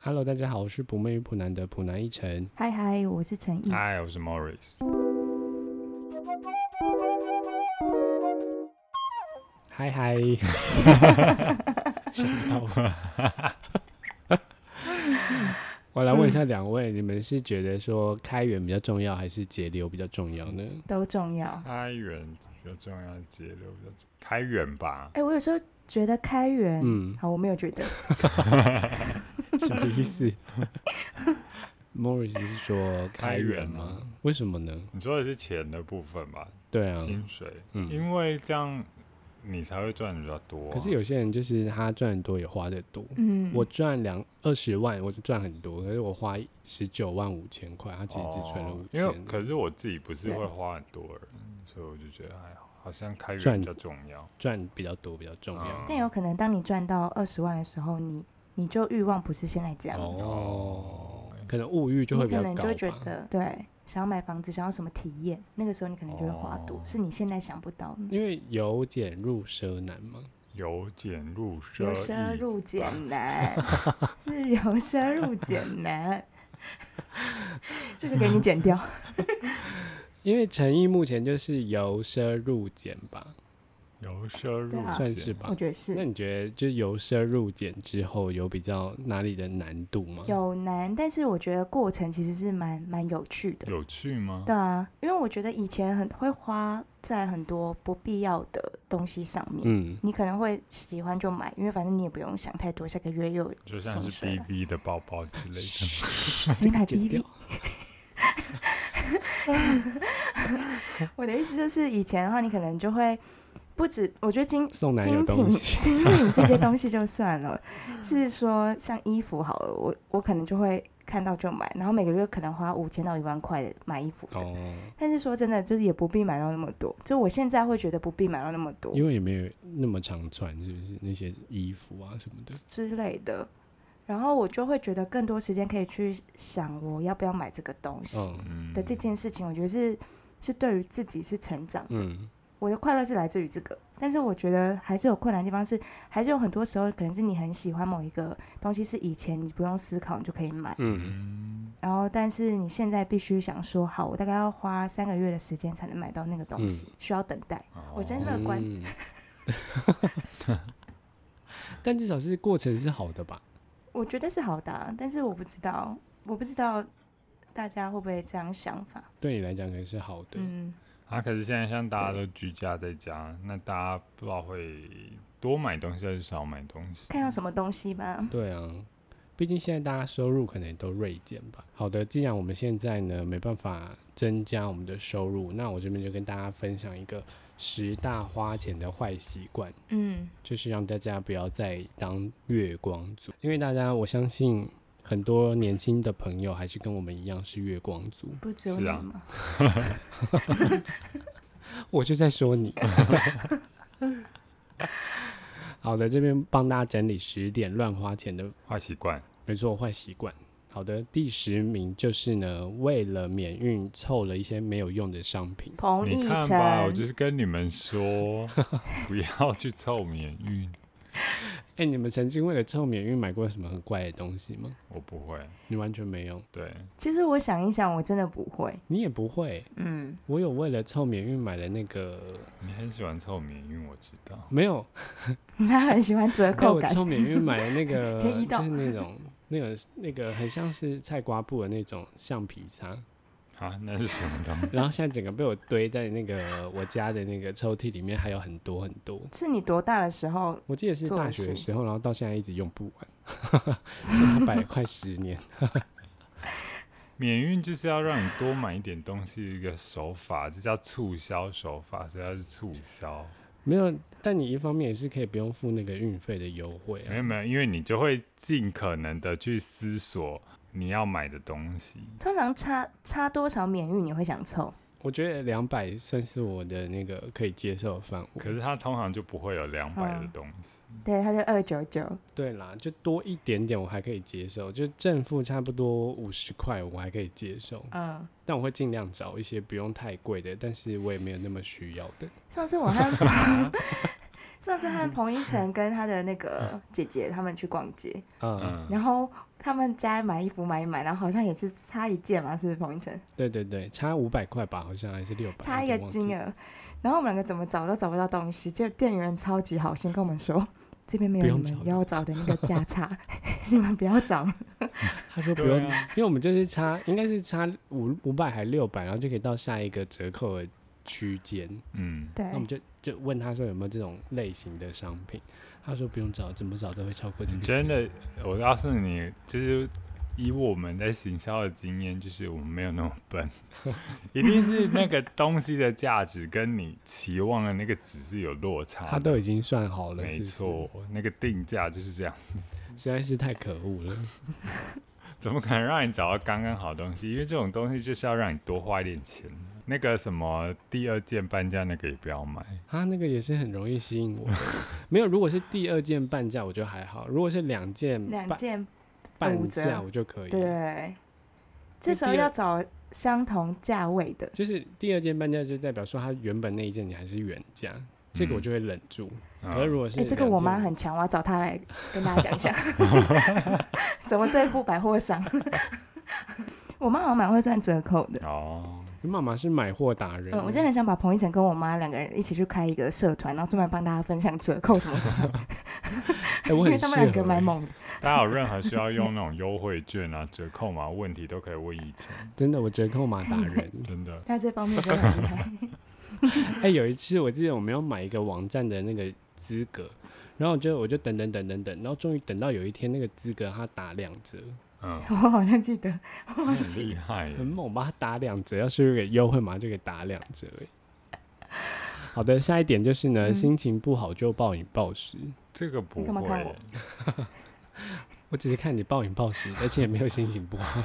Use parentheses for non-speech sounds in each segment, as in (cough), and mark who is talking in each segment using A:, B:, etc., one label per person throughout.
A: Hello，大家好，我是普妹与普南的普南一晨。
B: 嗨嗨，我是
A: 嗯
B: 陈毅。
C: 嗨，我是 Morris。
A: 嗨 (laughs) 嗨，想不到。我来问一下两位，你们是觉得说开源比较重要，还是节流比较重要呢？
B: 都重要。
C: 开源比较重要，节流比较重要开源吧。
B: 哎、我有时候觉得开源，
A: 嗯
B: 好，我没有觉得，
A: (laughs) 什么意思 (laughs) ？Morris 是说开源
C: 开源
A: 吗
C: 啊？
A: 为什么呢？
C: 你说的是钱的部分吧，
A: 对啊，
C: 薪水，
A: 嗯
C: 因为这样你才会赚得比较多啊、
A: 可是有些人就是他赚得多也花得多。
B: 嗯，
A: 我赚两二十万，我赚很多，可是我花十九万五千块，他其实只存了五
C: 哦因为
A: 千，
C: 可是我自己不是
B: 对
C: 会花很多的人，所以我就觉得还好，好像开
A: 赚
C: 源比较重要。
A: 赚比较多比较重要。
C: 嗯
B: 但有可能当你赚到二十万的时候，你你就欲望不是现在这样，
A: 哦，可能物欲就会
B: 你
A: 比较高
B: 可能就会觉
A: 吧。
B: 得对，想要买房子，想要什么体验，那个时候你可能就会花多，
C: 哦
B: 是你现在想不到的。
A: 因为由俭入奢难嘛，
C: 由俭入
A: 哦
C: 奢易，
B: 由奢
A: (laughs)
B: 入俭难，是由奢入俭难。这个给你
A: (laughs)
B: 剪掉。
A: 因为诚毅目前就是由奢入俭吧，
C: 由奢入
B: 对啊
C: 俭，
A: 算是吧
B: 我。觉得
A: 那
B: 是
A: 你觉得就是由奢入俭之后有比较哪里的难度吗？
B: 有难，但是我觉得过程其实是蛮蛮有趣的。
C: 有趣吗？
B: 对啊，因为我觉得以前很会花在很多不必要的东西上面， (laughs)
A: 嗯，
B: 你可能会喜欢就买，因为反正你也不用想太多，下个
A: (laughs)
B: 月又有
C: 就像是
B: 薪水
C: BV 的包包之类的，
B: 谁买
A: 剪掉
B: BB？我的意思就是，以前的话，你可能就会不止，我觉得精
A: 送男友
B: 精品
A: 东西。(laughs)
B: (laughs) 精品这些东西就算了，是说像衣服好了，我我可能就会看到就买，然后每个月可能花五千到一万块买衣服的。
A: 哦，
B: 但是说真的，就是也不必买到那么多。就我现在会觉得不必买到那么多
A: 因为也没有那么常穿，是不是？那些衣服啊什么的。
B: 之类的，然后我就会觉得更多时间可以去想我要不要买这个东西
A: 嗯
C: 嗯，
B: 的这件事情。我觉得是是对于自己是成长，
A: 嗯，
B: 我的快乐是来自于这个。但是我觉得还是有困难的地方是，还是有很多时候可能是你很喜欢某一个东西，是以前你不用思考你就可以买，
A: 嗯，
C: 嗯，
B: 然后但是你现在必须想说，好，我大概要花三个月的时间才能买到那个东西，需要等待。我真
C: 哦
B: 乐观
A: 嗯 (laughs) 但至少是过程是好的吧？
B: 我觉得是好的啊、但是我不知道，我不知道大家会不会这样想法。
A: 对你来讲可能是好的。
B: 嗯，
C: 啊，可是现在像大家
B: 对
C: 都居家在家，那大家不知道会多买东西还是少买东西？
B: 看要什么东西吧。
A: 对啊，毕竟现在大家收入可能也都锐减吧。好的，既然我们现在呢没办法增加我们的收入，那我这边就跟大家分享一个十大花钱的坏习惯，
B: 嗯，
A: 就是让大家不要再当月光族，因为大家我相信。很多年轻的朋友还是跟我们一样是月光族，
B: 不只有你
C: 是啊
B: 吗？
A: 我就在说你。 (laughs) 好的，这边帮大家整理十点乱花钱的
C: 坏习惯，
A: 没错，坏习惯。好的，第十名就是呢，为了免运凑了一些没有用的商品。
B: 彭
C: 你
B: 一
C: 看
B: 晨，
C: 吧，我就是跟你们说， (laughs) 不要去凑免运，
A: 哎、你们曾经为了凑免运买过什么很怪的东西吗？
C: 我不会。
A: 你完全没有，
C: 对，
B: 其实我想一想，我真的不会。
A: 你也不会。
B: 嗯，
A: 我有为了凑免运买了那个
C: 你很喜欢凑免运，我知道。
A: 没有，
B: 他很喜欢折
A: 哎
B: 扣
A: 我
B: 感。
A: 凑免运买了那个
B: 便宜到
A: 就是那种那个那个很像是菜瓜布的那种橡皮擦，
C: 啊，那是什么东西？
A: 然后现在整个被我堆在那个我家的那个抽屉里面，还有很多很多。
B: 是你多大的时候？
A: 我记得是
B: 做
A: 大
B: 的
A: 学的
B: 事
A: 时候，然后到现在一直用不完，现在摆了快十年。
C: 免运就是要让你多买一点东西，一个手法，这叫促销手法，所以它是促销。
A: 没有，但你一方面也是可以不用付那个运费的优惠
C: 没有
A: 啊。
C: 没有，因为你就会尽可能的去思索你要买的东西。
B: 通常差差多少免运你会想凑？
A: 我觉得两百算是我的那个可以接受的范
C: 可
A: 围。
C: 是它通常就不会有两百的
B: 嗯
C: 东西，
B: 对，他就二九九。
A: 对啦，就多一点点我还可以接受，就正负差不多五十块我还可以接受，
B: 嗯，
A: 但我会尽量找
C: (laughs)
A: 一些不用太贵的，但是我也没有那么需要的。
B: 上次我和上次和彭一晨跟他的那个姐姐他们去逛街，
A: 嗯，
C: 嗯，
B: 然后他们家买衣服买一买，然后好像也是差一件嘛，是不是彭一晨
A: 对对对，差五百块吧，好像还是六百，
B: 差
A: 我
B: 一个
A: 有点忘
B: 金
A: 记
B: 额，然后我们两个怎么找都找不到东西，就店员超级好心跟我们说。这边没
A: 不
B: 有
A: 用
B: 你
A: 找
B: 们要找的那个价差， (laughs) 你们不要
A: (laughs)
B: 找了。
A: 他说不用
C: 对啊，
A: 因为我们就是差，应该是差五五百还六百，然后就可以到下一个折扣的区间。
C: 嗯，
B: 对
A: 那我，们就就问他说有没有这种类型的商品，他说不用找，怎么找都会超过这个。
C: 真，的，我告诉你，就是以我们在行销的经验，就是我们没有那么
A: (laughs)
C: 笨，一定是那个东西的价值跟你期望的那个值是有落差的。
A: 他都已经算好了，
C: 没
A: 是不是
C: 错，，那个定价就是这样，
A: 实在是太可恶了。
C: 怎么可能让你找到刚刚好东西？因为这种东西就是要让你多花一点钱。那个什么第二件半价那个也不要买，
A: 他那个也是很容易吸引我的。没有，如果是第二件半价，我觉得还好；如果是两件
B: 两
A: 半
B: 件
A: 半
B: 五折
A: 价，我就可以。哎
B: 对，这时候
A: 第二
B: 要找相同价位的。
A: 就是第二件半价，就代表说他原本那一件你还是原价，这个我就会忍住。
C: 嗯
A: 可是如果是
B: 哎、这个
A: 两
B: 我妈
A: 件
B: 很强，我要找她来跟大家讲一下，
A: (laughs)
B: 怎么对付百货商。 (laughs) 我妈好像蛮会算折扣的。
C: 哦，
A: 你妈妈是买货达人，
B: 嗯，我真的很想把彭一晨跟我妈两个人一起去开一个社团，然后专门帮大家分享折扣怎么算，
A: 哎我
B: 因为 (laughs)
A: 很适
B: 他们两
A: 合
B: 个蛮
A: 欸，
B: 猛的。
C: 大家有任何需要用那种优惠券啊、折扣码问题都可以问以前，
A: 真的，我折扣码达人。 (laughs)
C: 真的。
B: 他这方面真的很厉害。
A: 哎、有一次我记得我们要买一个网站的那个资格，然后我就我就等等等等等，然后终于等到有一天那个资格它打两折，
C: 嗯，
B: 我好像记得，
C: 你很厉害耶，
A: 很猛吧？它打两折，要是给优惠码就给打两折、哎好的，下一点就是呢，
B: 嗯
A: 心情不好就暴饮暴食。
C: 这个不
B: 你干嘛
C: 会
B: 看
C: 耶
B: 我，
A: 嗯我只是看你暴饮暴食，而且也没有心情不
B: (laughs)
A: 好。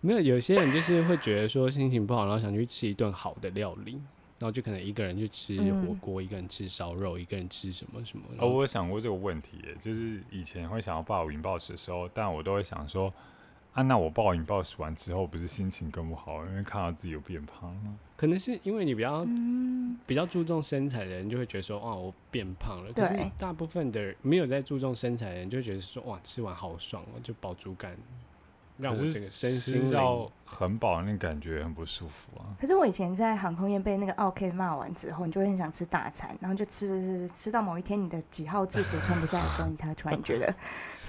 A: 没有，有些人就是会觉得说心情不好，然后想去吃一顿好的料理，然后就可能一个人去吃火
B: 嗯
A: 锅，一个人吃烧肉，一个人吃什么什么。
C: 哦，我有想过这个问题耶，就是以前会想要暴饮暴食的时候，但我都会想说，啊，那我暴饮暴食完之后，不是心情更不好，因为看到自己有变胖了。
A: 可能是因为你比较
B: 嗯，
A: 比较注重身材的人，就会觉得说哇我变胖了。可是
B: 对
A: 大部分的人没有在注重身材的人，就会觉得说哇吃完好爽哦，就饱足感，让我
C: 可是
A: 这个身
C: 吃
A: 心灵
C: 到很饱，那感觉很不舒服啊。
B: 可是我以前在航空业被那个 OK 骂完之后，你就会很想吃大餐，然后就吃吃吃吃到某一天你的几号制服穿不下的时候，你才会突然
A: (laughs)
B: 觉得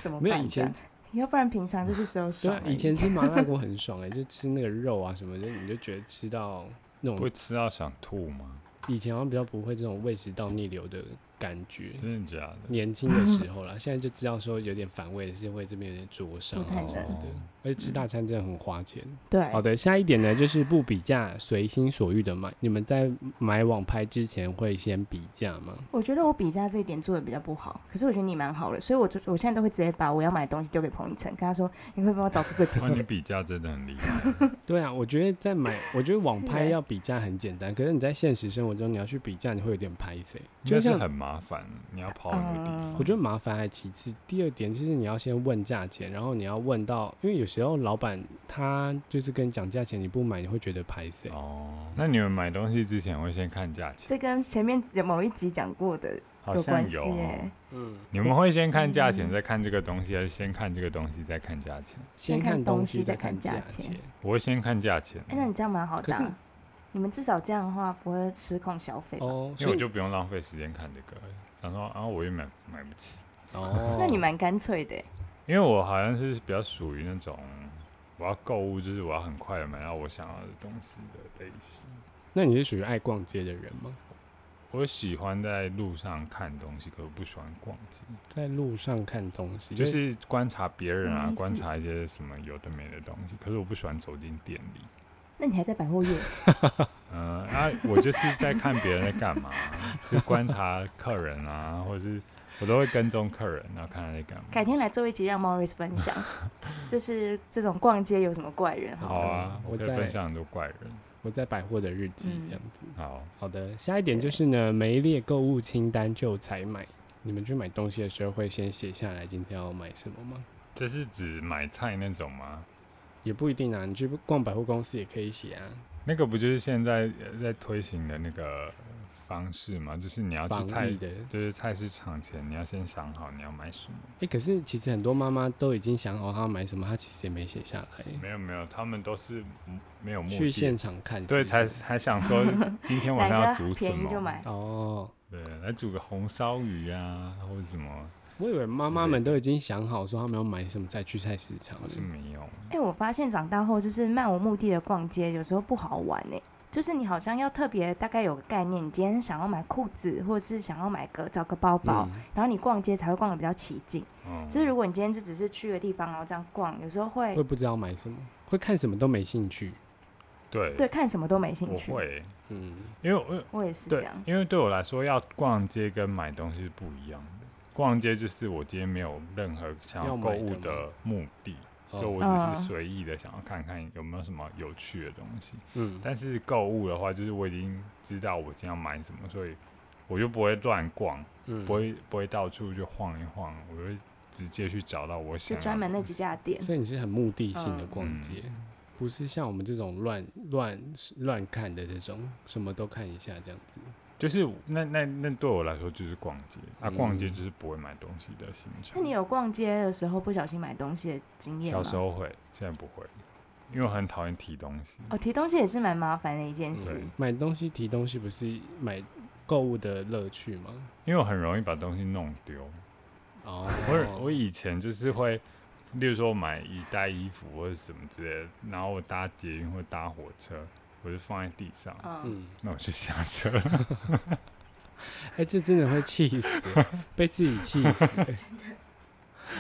B: 怎么
A: 没有以
B: 办这
A: 前
B: 样？要不然平常就是时候
A: 对
B: 爽
A: 啊，
B: 而已。
A: 以前吃麻辣锅很 (laughs) 爽哎、就吃那个肉啊什么的，你就觉得吃到那
C: 不会
A: 种
C: 吃到想吐吗？
A: 以前好像比较不会这种胃食道逆流的感觉。
C: 真的假的？
A: 年轻的时候啦， (laughs) 现在就知道说有点反胃，是会这边有点灼伤
B: 不太嗯
A: 啊什
B: 能
A: 么
C: 哦
A: 的。而且吃大餐真的很花钱。
B: 对，
A: 好的，下一点呢就是不比价，随心所欲的买。你们在买网拍之前会先比价吗？
B: 我觉得我比价这一点做的比较不好，可是我觉得你蛮好的，所以我就我现在都会直接把我要买的东西丢给彭一晨，跟他说你会帮我找出最
C: 哇，
B: 便宜
C: 你
B: 的。
C: 比价真的很厉害。
A: 对啊，我觉得在买， (laughs) 我觉得网拍
B: 对
A: 要比价很简单，可是你在现实生活中你要去比价，你会有点拍谁， (laughs) 就
C: 就
A: 像呃
C: 是很麻烦，你要跑很多地方。
B: 嗯
A: 我觉得麻烦还其次，第二点就是你要先问价钱，然后你要问到，因为有时候老板他就是跟你讲价钱，你不买你会觉得排斥。
C: 哦，那你们买东西之前会先看价
B: (laughs)
C: 钱，
B: 这跟前面有某一集讲过的
C: 好
B: 有
C: 像
B: 关系
C: 有、
B: 耶
C: 哦。。
A: 嗯，
C: 你们会先看价钱，
B: 嗯
C: 再看这个东西，还是先看这个东西再看价钱？
A: 先
B: 先看
A: 看
B: 东
A: 东
B: 西
A: 西
B: 再
A: 再看
B: 看价
A: 价
B: 钱
A: 钱。
C: 我会先看价钱，
B: 哎、那你这样蛮好的、
A: 可是
B: 啊，你们至少这样的话不会失控消费吧？
A: 哦，
C: 因为
A: 所
C: 我
A: 以
C: 就不用浪费时间看这个，想说啊，我又买买不起，
A: 哦，
B: 那你蛮干脆的耶，欸
C: 因为我好像是比较属于那种我要购物，就是我要很快的买到我想要的东西的类型。
A: 那你是属于爱逛街的人吗？
C: 我喜欢在路上看东西，可我不喜欢逛街，
A: 在路上看东西，
C: 就
A: 因为
C: 是观察别人
B: 什么
C: 啊
B: 意，思
C: 观察一些什么有的没的东西。可是我不喜欢走进店里，
B: 那你还在百货业？
C: 嗯、啊，我就是在看别人在干嘛，是观察客人啊，或者是我都会跟踪客人，然后看他在干嘛。
B: 改天来做一集让 Morris 分
A: (laughs)
B: 享，就是这种逛街有什么怪人好
C: 好
B: 了
C: 啊，
A: 嗯我
C: 我可以
A: 在
C: 分享很多怪人。
A: 我在百货的日记
B: 嗯
A: 这样子。
C: 好，
A: 好的，下一点就是呢，没列购物清单就采买。你们去买东西的时候会先写下来今天要买什么吗？
C: 这是指买菜那种吗？
A: 也不一定啊，你去逛百货公司也可以写啊。
C: 那个不就是现在呃在推行的那个方式吗？就是你啊要去
A: 防
C: 菜
A: 疫，的。
C: 就是菜市场前，你要先想好你要买什么。
A: 哎、可是其实很多妈妈都已经想好她要买什么，她其实也没写下来，
C: 没有没有，他们都是嗯没有目
A: 去
C: 的，
A: 现场看。
C: 对，
A: 是不
C: 才
A: 是
C: 还想说今天晚上
B: 哪
C: 要
B: 个
C: 煮什
B: 便宜
C: 么，
B: 就买。
A: 哦。
C: 对，来煮个红烧鱼啊，或者什么，
A: 我以为妈妈
C: 之类
A: 们都已经想好说她们要买什么再去菜市场
C: 好
A: 了。
C: 像嗯没有。
B: 哎、我发现长大后就是漫无目的的逛街，有时候不好玩哎、就是你好像要特别大概有个概念，你今天想要买裤子，或者是想要买个找个包包，
A: 嗯
B: 然后你逛街才会逛的比较起劲。
C: 嗯，
B: 就是如果你今天就只是去个地方，然后这样逛，有时候会
A: 会不知道买什么，会看什么都没兴趣。
C: 对
B: 对看什么都没兴
C: 我
B: 趣。
C: 会，
A: 嗯，
C: 因为我
B: 我也是这
C: 对
B: 样，。
C: 因为对我来说，要逛街跟买东西是不一样的。逛街就是我今天没有任何想
A: 要
C: 购
A: 买的
C: 物
A: 吗
C: 的目的，
A: 哦
C: 就我只
B: 嗯
C: 是随意的想要看看有没有什么有趣的东西。
A: 嗯，
C: 但是购物的话，就是我已经知道我今天要买什么，所以我就不会乱逛，
A: 嗯
C: 不会不会到处就晃一晃，我会直接去找到我
B: 就
C: 想要
B: 专门
C: 的
B: 那几家店。
A: 所以你是很目的性的
B: 嗯
A: 逛街，不是像我们这种乱乱乱看的这种，什么都看一下这样子。
C: 就是那那那对我来说就是逛街啊，逛街
A: 嗯
C: 就是不会买东西的行程。
B: 那你有逛街的时候不小心买东西的经验吗？
C: 小时候会，现在不会，因为我很讨厌提东西。
B: 哦，提东西也是蛮麻烦的一件事
C: 对。
A: 买东西提东西不是买购物的乐趣吗？
C: 因为我很容易把东西弄丢。
A: 哦，
C: 我我以前就是会，例如说我买一袋衣服或者什么之类的，然后我搭捷运或搭火车，我就放在地上，
B: 嗯，
A: 嗯，
C: 那我就下车 (laughs) 了。
A: 哎、这真的会气死，被自己气死欸、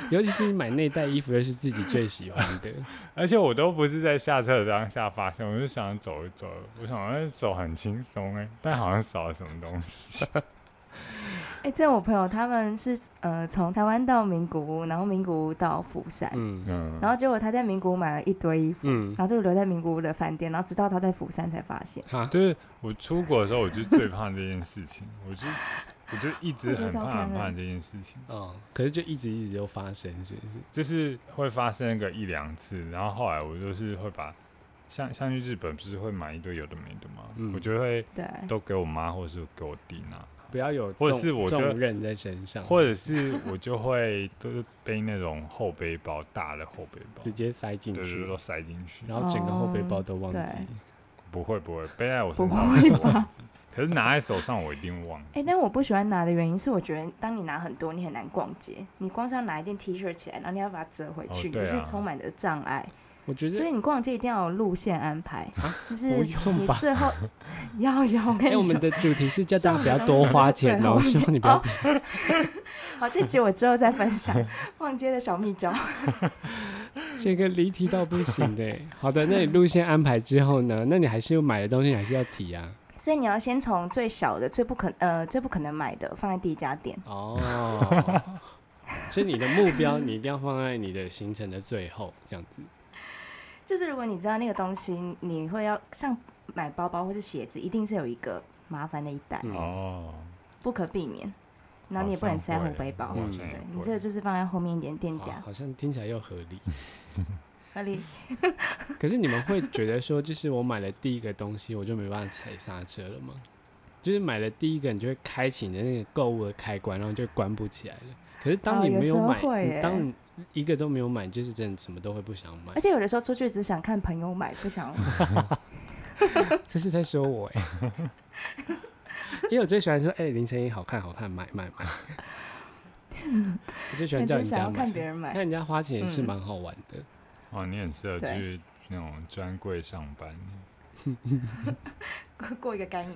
A: 尤其是买那袋衣服又是自己最喜欢
B: (laughs)
A: 的，
C: 而且我都不是在下车的当下发现，我就想走一走，我想哎走很轻松哎，但好像少了什么东西。
B: 哎、这我朋友他们是呃从台湾到名古屋，然后名古屋到釜山，
A: 嗯
C: 嗯，
B: 然后结果他在名古屋买了一堆衣服，
A: 嗯，
B: 然后就留在名古屋的饭店，然后直到他在釜山才发现。
A: 哈，
C: 就是我出国的时候，我就最怕这件事情，我就 (laughs) 我就一直
B: 我觉得
C: 很
B: 超
C: 怕很
B: 尴尬
C: 怕这件事情。
A: 哦，可是就一直一直都发生，是不是？
C: 就是会发生个一两次，然后后来我就是会把像像去日本不是会买一堆有的没的吗？
A: 嗯
C: 我就会
B: 对，
C: 都给我妈或者是给我弟拿，
A: 不要有
C: 或者
A: 重
C: 是我就
A: 重任在身上，
C: 或者是我就会都是背那种后背包，大的后背包，
A: 直接塞进
C: 对对
A: 去
C: 对，都，塞进去。
A: 然后整个后背包都忘
B: 哦
A: 记
B: 对。
C: 不会不会背在我身上
B: 不
C: 我会忘记，可是拿在手上我一定忘
B: 哎、
C: 记。
B: 但我不喜欢拿的原因是，我觉得当你拿很多，你很难逛街。你光是要拿一件 T 恤起来，然后你要把它折回
C: 哦
B: 去，
C: 对
B: 你就是
C: 啊
B: 充满着障碍。
A: 我觉得
B: 所以你逛街一定要有路线安排，就是
A: 啊不用
B: 你
A: 吧
B: 最
A: (laughs)
B: 后要有。我跟
A: 哎、
B: 你
A: 我
B: 说
A: 们，的主题是叫大家不
B: 这样 (laughs)
A: 要
B: 子
A: 多
B: 真的
A: 花
B: 是最
A: 钱哦，
B: 后
A: 希望你不要
B: 哦好，这集我之后再分
A: (laughs)
B: 享逛街的小秘招。
A: 这个离题到不行的。好的，那你路线安排之后呢？那你还是有买的东西，你还是要提啊。
B: 所以你要先从最小的、最不可呃最不可能买的放在第一家店。
A: 哦，所以你的目标你一定要放在你的行程的最后，这样子。
B: 就是如果你知道那个东西，你会要像买包包或是鞋子，一定是有一个麻烦的一单，
A: 嗯
C: 哦，
B: 不可避免。然后你也不能塞后背包
C: 我，好
A: 嗯
C: 像也
B: 对
C: 会
B: 你这个就是放在后面一点店
A: 好嗯
B: 家
A: 好像听起来又合理。
B: 合理。
A: 可是你们会觉得说，就是我买了第一个东西，我就没办法踩刹车了吗？就是买了第一个，你就会开启你的那个购物的开关，然后就关不起来了。可是当
B: 哦
A: 你
B: 有
A: 没
B: 时候
A: 买，
B: 会
A: 你
B: 耶
A: 当你一个都没有买，就是真的什么都会不想买
B: 而。且有的时候出去只想看朋友买，
A: (laughs)
B: 不想
A: 这是在说我
B: (laughs)
A: 哎、因为我最喜欢说，哎、林晨一好看，好看，买买买。我最喜欢
B: 很
A: 叫
B: 多
A: 人
B: 想
A: 家
B: 要看
A: 买，
B: 别人买
A: (laughs) 看。人家花钱也是
B: 嗯
A: 蛮好玩的。
C: 哦，你很适合
B: 对
C: 去那种专柜上班。
B: 过过一个干瘾。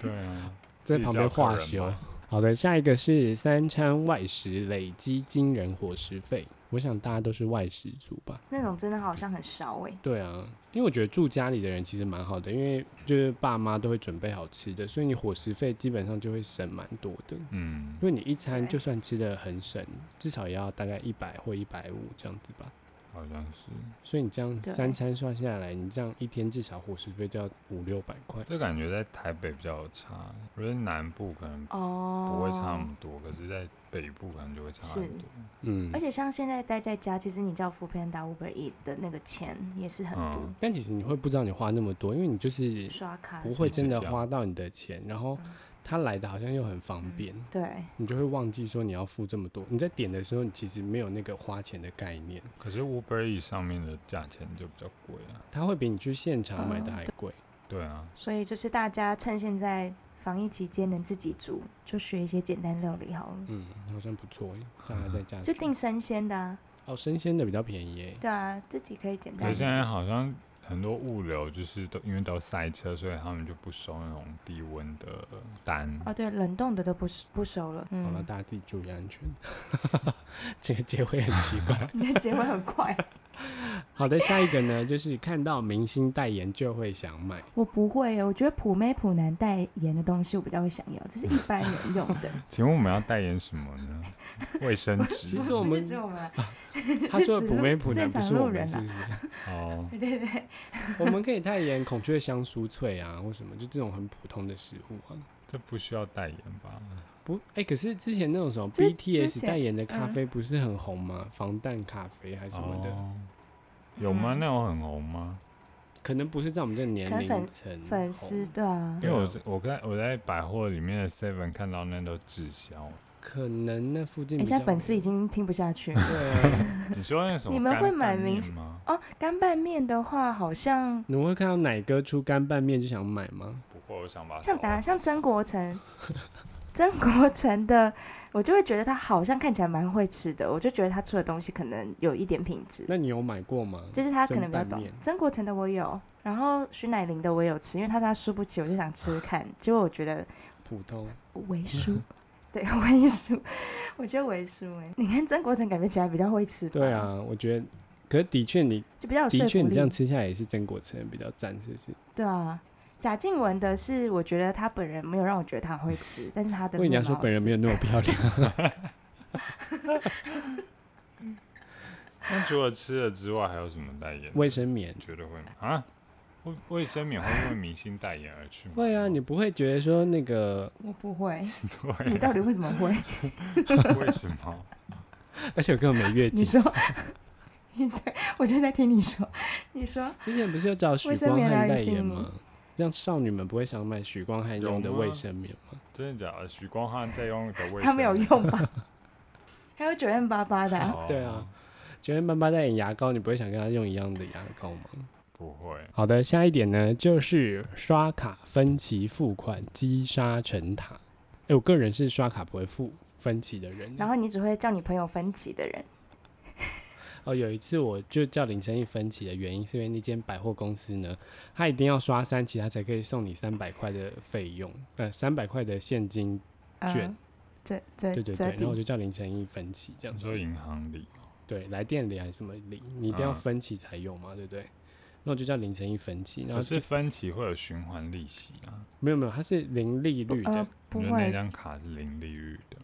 C: 对啊，
A: 在旁边化
C: 比较客
A: 修
C: 人吧。
A: 好的，下一个是三餐外食累积惊人伙食费。我想大家都是外食族吧？
B: 那种真的好像很少哎、
A: 对啊，因为我觉得住家里的人其实蛮好的，因为就是爸妈都会准备好吃的，所以你伙食费基本上就会省蛮多的。
C: 嗯
A: 因，为你一餐
B: 对
A: 就算吃的很省，至少也要大概一百或一百五这样子吧。
C: 好像是，
A: 所以你这样
B: 对
A: 三餐算下来，你这样一天至少伙食费就要五六百块。
C: 这感觉在台北比较有差，如果是南部可能
B: 哦，
C: 不会差那么多，可是在北部可能就会差很
B: 是
C: 多。
A: 嗯
B: 而，且像现在待在家，其实你叫扶贫打 Uber E 的那个钱也是很多，
C: 嗯，
A: 但其实你会不知道你花那么多，因为你就是
B: 刷卡
A: 嗯不
B: 什么
A: 会真的
C: 是这样
A: 花到你的钱，然后
B: 啊嗯
A: 他来的好像又很方便，
B: 对，
A: 你就会忘记说你要付这么多。你在点的时候，你其实没有那个花钱的概念，
C: 可是 Uber E 上面的价钱就比较贵啊。
A: 它会比你去现场买的
B: 嗯
A: 还贵。
C: 对啊，
B: 所以就是大家趁现在防疫期间能自己煮，就学一些简单料理好了，
A: 嗯，好像不错耶，大家在家
B: 就
A: 煮
B: 订生鲜的啊，
A: 哦，生鲜的比较便宜耶。
B: 对啊，自己可以简
C: 可
B: 单
C: 是。现在好像很多物流就是都因为都塞车，所以他们就不收那种低温的单。
B: 哦，对，冷冻的都不熟不熟了，
A: 好了，
B: 嗯，
A: 大家自己注意安全。 (laughs) 这个结尾很奇
B: (laughs)
A: 怪。
B: 你的结尾很快，
A: 好的，下一个呢，就是看到明星代言就会想
B: (laughs)
A: 买。
B: (laughs) 我不会欸耶，我觉得普妹普男代言的东西我比较会想要，就是一般人用的，
C: 请问我们要代言什么呢？ (laughs) 卫生纸
A: 其实我
B: (laughs) 不
A: 们
B: 是只有我们啊，
A: 他
B: 是
A: 说的
B: 指
A: 普
B: 路
A: 美普男不
B: 正常
A: 是我
B: 路
A: 们，
B: 人
A: 是
B: 啊
A: 不是？
B: (laughs)
C: 哦，
B: 对对对，
A: 我们可以代言孔雀香酥脆啊，或什么，就这种很普通的食物啊。
C: 这不需要代言吧？
A: 不，哎、可是之前那种什么
B: 之之
A: BTS
B: 前
A: 代言的咖
B: 嗯
A: 啡不是很红吗？防弹咖啡还是什么的，
C: 哦，有吗？
B: 嗯
C: 那有很红吗？可
A: 可能不是在我们这个年
B: 可能
A: 龄层
B: 粉
A: 红
B: 丝对啊，
C: 因为我
A: 对
C: 在我在我在百货里面的 Seven 看到那都滞
B: (laughs)
C: 销。
A: 可能那附近
B: 人
A: 比
B: 家
A: 较
B: 粉丝
A: 没
B: 已
A: 有
B: 经听不下去
A: (laughs)
B: 了
A: 对啊，
C: 你说那什么？
B: 你们会买明星
C: 吗？
B: 哦。干拌面的话，好像
A: 你们会看到奶哥出干拌面就想买吗？
C: 不过我想把
B: 像打像曾国成，曾国成的，我就会觉得他好像看起来蛮会吃的，我就觉得他出的东西可能有一点品质，
A: 那你有买过吗？
B: 就是他可能
A: 蒸
B: 比较
A: 拌
B: 懂
A: 面。
B: 曾国成的我有，然后徐乃麟的我有吃，因为他说他输不起，我就想吃吃看，结果我觉得
A: 普通，(laughs)
B: 为输。对，为输，我觉得为输哎、你看曾国成感觉起来比较会吃，
A: 对，啊，我觉得，可是的确你
B: 就比较有说
A: 的确
B: 服
A: 你
B: 力
A: 这。样吃下来也是真果成比较赞，是不是？
B: 对啊，贾静雯的是，我觉得她本人没有让我觉得她很会吃，但是她的
A: 我跟你讲说本人没
B: 有，
A: 有那么漂亮，
C: 那除了吃的之外，还有什么代言？
A: 卫生棉 (laughs)
C: 你。觉得会吗啊？卫卫生棉会为明星代言而
A: (laughs)
C: 去吗？
A: 会啊，你不会觉得说那个， (laughs)
B: 我不会。你
C: (laughs) 对
B: 到底为什么会？
C: 啊，为什么？ (laughs)
A: 而且我根本没月
B: 你
A: 经。
B: 说， (laughs) 对，我就在听你说，你说
A: 之前不是有找许
B: 卫生
A: 光
B: 棉
A: 汉
B: 来
A: 代
B: 吸
A: 言
B: 引
A: 吗？让少女们不会想买许光汉
C: 有
A: 用的
C: 吗
A: 卫生棉吗？
C: 真的假的？许光汉在用的卫生棉，
B: 他没有
A: 啊
B: 用
A: (laughs)
B: 吧？还有九万八八的啊、
C: 哦
A: 对啊，九天班巴代言牙膏，你不会想跟他用一样的牙膏吗？
C: 不会。
A: 好的，下一点呢，就是刷卡分期付款积沙成塔。哎、我个人是刷卡不会付分期的人。
B: 然后你只会叫你朋友分期的人，
A: 哦，有一次我就叫林生义分期的原因，是因为那间百货公司呢，他一定要刷三期，他才可以送你三百块的费用，呃，三百块的现金。卷
B: 嗯，折
A: 对
B: 折
A: 对对，
B: 折
A: 然后我
B: 抵，
A: 就叫林晨义分期这样
C: 你
A: 子。
C: 说银行里
A: 对，来店里还是什么里，你一定要
C: 嗯
A: 分期才有嘛，对不对？那我就叫林晨义分期，然
C: 可
A: 后
C: 是
A: 就
C: 分期会有循环利息啊，
A: 没有没有，它是零利率的，
B: 呃，不
C: 你觉得那
B: 会。
C: 张卡是零利率的，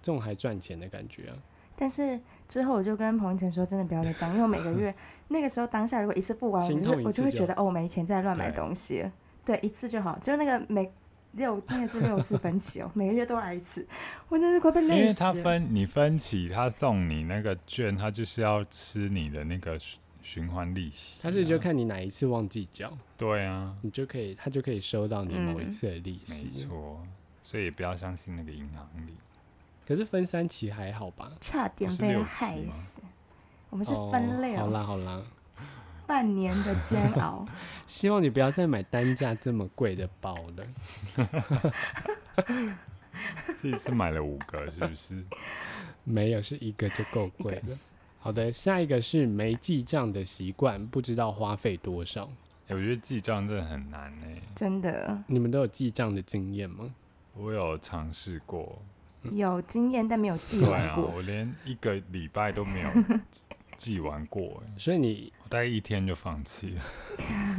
A: 这种还赚钱的感觉啊。
B: 但是之后我就跟彭昱晨说，真的不要再这样，因为我每个
A: (laughs)
B: 月那个时候当下如果一次付完，我
A: 心
B: 就
A: 痛一
B: 会我
A: 次
B: 就会
A: 就
B: 觉得哦，我没钱再乱买
C: 对
B: 东西了，对，一次就好，就是那个每。六那个是六次分期哦，每个月都来一次，我真是快被
C: 因
B: 累死了。
C: 为他分你分期，他送你那个券，他就是要吃你的那个循循环利息、啊
A: 它是就看你哪一次忘记缴，
C: 对啊，
A: 你就可以，它就可以收到你某一
B: 嗯
A: 次的利
C: 没
A: 息。
C: 错，所以也不要相信那个银行里。
A: 可是分三期还好吧？
B: 差点
C: 不是
B: 被
C: 六
B: 他
C: 期
B: 害
C: 吗
B: 死。我们是分类
A: 哦。好
B: 哦，
A: 啦好啦，
B: 半年的煎熬。
A: 希望你不要再买单价这么贵的包了。
C: 这一次买了五个，是不 (laughs) 是？
A: 没有，是一个就够贵了。好的，下一个是没记账的习惯，不知道花费多少。
C: 欸我觉得记账真的很难呢、
B: 真的
A: 你们都有记账的经验吗？
C: 我有尝试过，
A: 嗯
B: 有经验，但没有记
C: 对
B: 完
C: 啊，
B: 过。
C: 我连一个礼拜都没有记记完过、欸，
A: 所以你
C: 我大概一天就放弃了。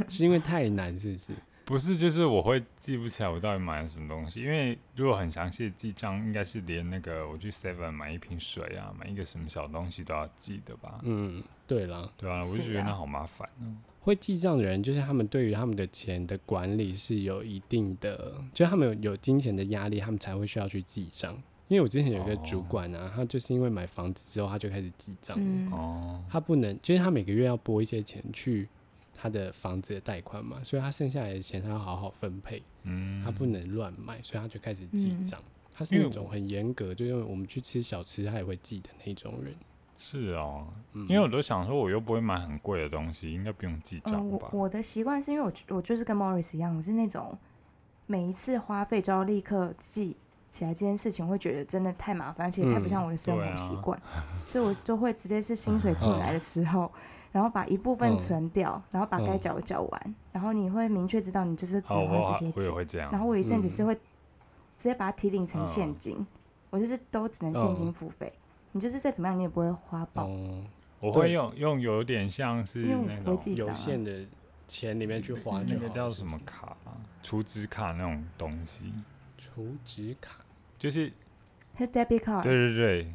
A: 是因为太难，是不 (laughs) 是？
C: 不是，就是我会记不起来我到底买了什么东西，因为如果很详细的记账，应该是连那个我去 Seven 买一瓶水啊，买一个什么小东西都要记得吧？
A: 嗯，对啦，
C: 对啊，我就是觉得
B: 啊
C: 那好麻烦哦、
A: 会记账的人，就是他们对于他们的钱的管理是有一定的，就是他们有有金钱的压力，他们才会需要去记账。因为我之前有一个主
C: 哦
A: 管啊，他就是因为买房子之后，他就开始记账了，
B: 嗯，
C: 哦，
A: 他不能，就是他每个月要拨一些钱去他的房子的贷款嘛，所以他剩下来的钱他要好好分配，
C: 嗯，
A: 他不能乱买，所以他就开始记
B: 嗯
A: 账。他是
C: 因为
A: 那种很严格，就是我们去吃小吃，他也会记的那种人。
C: 是哦，
A: 嗯，
C: 因为我都想说，我又不会买很贵的东西，应该不用记
B: 嗯、
C: 账
B: 我
C: 吧？
B: 我的习惯是因为我就我就是跟 Morris 一样，我是那种每一次花费就要立刻记起来这件事情，会觉得真的太麻烦，而且太
A: 嗯
B: 不像我的生
C: 对
B: 活习
C: 啊
B: 惯，所以我就会直接是薪水进
C: (laughs)
B: 来的时候。然后把一部分
A: 嗯
B: 存掉，然后把该
A: 嗯
B: 缴的缴完，然后你会明确知道你就是只
C: 好，
B: 能花
C: 哦我
B: 这些
C: 我也
B: 钱。
C: 会这样。
B: 然后我有一阵子是
A: 嗯
B: 会直接把它提领成现
C: 嗯
B: 金，我就是都只能现金
A: 嗯
B: 付费。你就是再怎么样，你也不会花爆，
C: 嗯
A: 哦，
C: 我会
A: 对
C: 用用有点像是
B: 因为我
C: 那
B: 不会
C: 种
B: 记账
A: 有
B: 啊
A: 限的钱里面去花就
C: 那
A: 好了
C: 个叫
A: 是
C: 什
A: 不
C: 么
A: 是
C: 卡啊，储值卡那种东西，
A: 储值卡？
C: 就是
B: 是 debit card，
C: 对对对，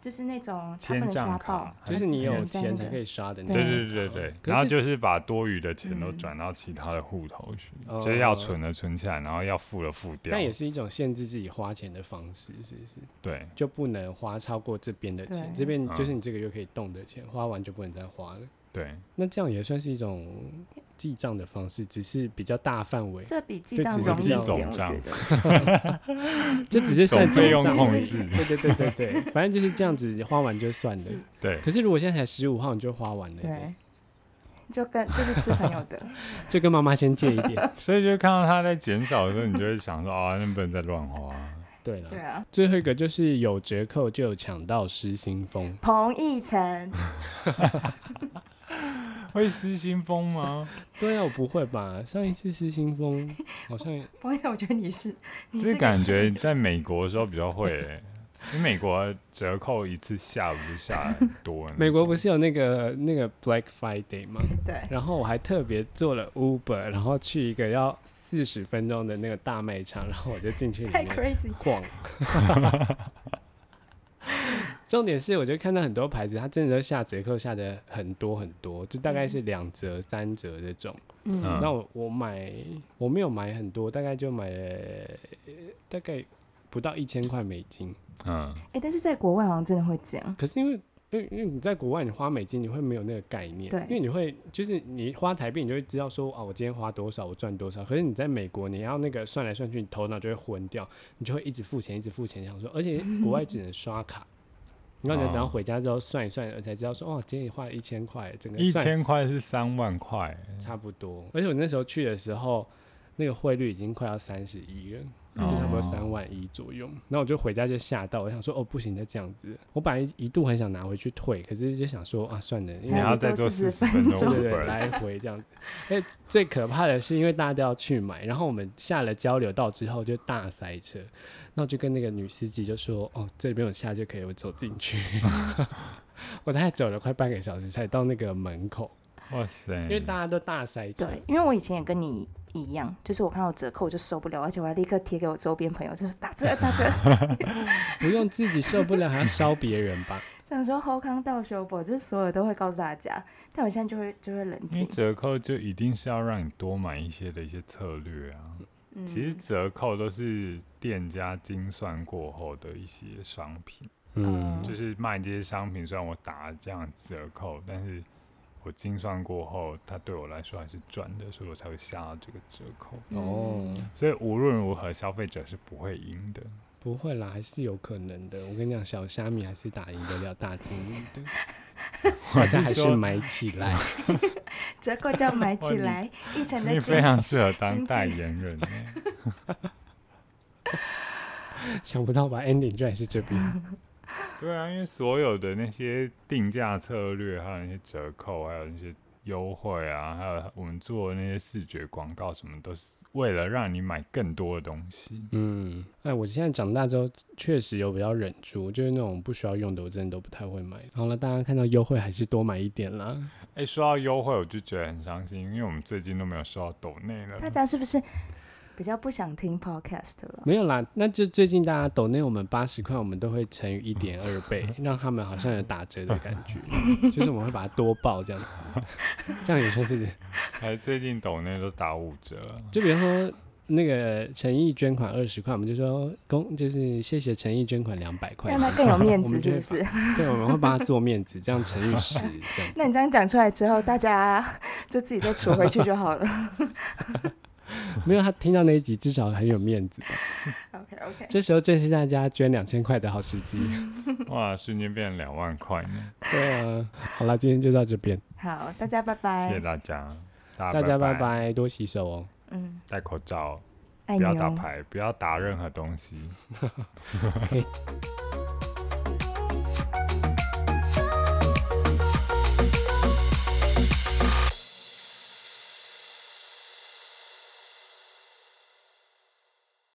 B: 就是那种它不
C: 千
B: 能刷
C: 账
B: 爆
C: 卡，，
A: 就
B: 它
A: 是
B: 只
A: 你有
B: 能在那
A: 钱才
B: 个
A: 可以刷的那
C: 对
A: 种卡
C: 对
A: 哦。
C: 对对，
A: 可
C: 然后
A: 是
C: 就是把多余的钱都
B: 嗯
C: 转到其他的户头去，
A: 哦
C: 就是要存的存起来，然后要付的付掉
A: 但，也是一种限制自己花钱的方式，是不是？
C: 对，
A: 就不能花超过这边的钱，
B: 对
A: 这边就是
C: 嗯
A: 你这个月可以动的钱，花完就不能再花了。
C: 对，
A: 那这样也算是一种记账的方式，只是比较大范围，
B: 这比记
A: 就
B: 账
A: 只是
B: 容易一
A: 记
B: 点，
A: 总
B: 我觉
C: 账
B: 得。
A: 这只是算
C: 总费用
A: 账
C: 控
A: 而已
C: 制
A: 对对对对对，反正就是这样子，花完就算了
B: 是。
C: 对，
A: 可是如果现在才十五号，你就花完了耶
B: 对，，就跟就是吃朋友的，
A: 就跟妈妈先借一点。
B: (laughs)
C: 所以就看到它在减少的时候，你就会想说啊，那不能再乱花。
A: 对了，
B: 对啊。
A: 最后一个就是有折扣就有抢到失心疯。
B: 彭奕晨，
C: 会失心疯吗？
A: 对啊，我不会吧？上一次失心疯好
B: (laughs)
A: 像也
B: 彭奕晨，我觉得你是，你
C: 这
B: 个
C: 感
B: 真
C: 觉
B: 的
C: 在美国的时候比较会欸、因为美国折扣一次下午就下很多那
A: (laughs)
C: 种。
A: 美国不是有那个那个 Black Friday 吗？
B: 对，
A: 然后我还特别做了 Uber，然后去一个要四十分钟的那个大卖场，然后我就进去里
B: 太
A: 面
B: crazy，
A: 逛。 (laughs) 重点是，我就看到很多牌子，它真的都下折扣下的很多很多，就大概是两折、三折这种。
B: 嗯，
A: 那我我买我没有买很多，大概就买了呃大概不到一千块美金。
C: 嗯，
B: 哎，但是在国外好像真的会这样，
A: 可是因为因为因为你在国外，你花美金你会没有那个概念，
B: 对
A: 因为你会就是你花台币，你就会知道说啊，我今天花多少，我赚多少。可是你在美国，你要那个算来算去，你头脑就会昏掉，你就会一直付钱，一直付钱，想说，而且国外只能刷卡。然后你要等到
C: 哦
A: 回家之后算一算，我才知道说，哦，今天也花了一千块，整个
C: 一
A: 算
C: 千块是三万块欸，
A: 差不多。而且我那时候去的时候，那个汇率已经快要三十一了。
B: 嗯
A: 就差不多三
C: 哦。
A: 万一左右。然后我就回家就吓到，我想说哦不行，再这样子。我本来一度很想拿回去退，可是就想说啊算了，因
C: 你
A: 为
C: 还
B: 还
C: 要
B: 要
C: 再做
B: 做40
C: 四十分钟
A: 对对
C: Uber
A: 对来回这样子。 (laughs) 哎，最可怕的是因为大家都要去买，然后我们下了交流道之后就大塞车，那我就跟那个女司机就说哦这里边有下就可以，我走进
C: (laughs)
A: 去。 (laughs) 我大概走了快半个小时才到那个门口，
C: 哇塞！
A: 因为大家都大塞车。
B: 对，因为我以前也跟你一样，就是我看到折扣我就受不了，而且我还立刻贴给我周边朋友，就是打折打
C: (laughs)
B: 折，
A: 不用自己受不了 (laughs) 还要烧别人吧？
B: 想说侯康到修补，就是所有都会告诉大家，但我现在就会就会冷
C: 因为
A: 嗯
B: 静，
C: 折扣就一定是要让你多买一些的一些策略啊。
B: 嗯，
C: 其实折扣都是店家精算过后的一些商品，
A: 嗯
B: 嗯，
C: 就是卖这些商品，虽然我打这样折扣，但是我精算过后，它对我来说还是赚的，所以我才会下这个折扣。
B: 嗯
A: 哦。
C: 所以无论如何，消费者是不会赢的。
A: 不会啦，还是有可能的。我跟你讲，小虾米还是打赢得了大金鱼 (laughs) 的，大家
C: (laughs)
A: 还是
C: 说
A: 买起来。
B: 折扣就要
C: (laughs)
B: 买起来，一成的
C: 你
B: 金
C: 非常适合
B: 经
C: 当
B: 济
C: 代言人欸、
A: 想不到吧？Ending 居然是这边，
C: 对啊，因为所有的那些定价策略，啊还有那些折扣，还有那些优惠啊，还有我们做的那些视觉广告，什么都是为了让你买更多的东西。
A: 嗯，哎，我现在长大之后，确实有比较忍住，就是那种不需要用的，我真的都不太会买。好了，大家看到优惠还是多买一点啦。
C: 哎、说到优惠，我就觉得很伤心，因为我们最近都没有收到抖内了
B: 大。
C: (laughs)
B: 家是不是比较不想听 podcast 了？
A: 没有啦，那就最近大家抖内我们八十块，我们都会乘以一点二 (laughs) 倍，让他们好像有打折的感觉，就是我们会把它多报这样 (laughs) 子，这样也算是
C: 哎，最近抖内都打五折，
A: 就比如说，那个诚意捐款二十块，我们就说公就是谢谢诚意捐款两百块
B: 让，他更有面
C: (laughs)
A: 我们
B: 子，
A: 就是
B: 不
A: 会
B: 是？
A: 对，我们会帮他做面子，这样乘以 (laughs) 十这样子。
B: (laughs) 那你这样讲出来之后，大家 (laughs) 就自己再除回去就好
C: (laughs)
B: 了。
A: 没有他听到那一集，至少很有面子吧。
B: OK OK，
A: 这时候正是大家捐两千块的好时 (laughs) 机。
C: 哇，瞬间变两万块呢！
A: 对啊，好啦，今天就到这边，
B: 好，大家拜
C: 谢
B: 拜。
C: 谢大家，大
A: 大家拜
C: 拜，
A: 拜，多洗手哦。
B: 嗯，
C: 戴口罩，
B: 爱
C: 不
B: 你
C: 要打
B: 哦。
C: 牌，不要打任何东西。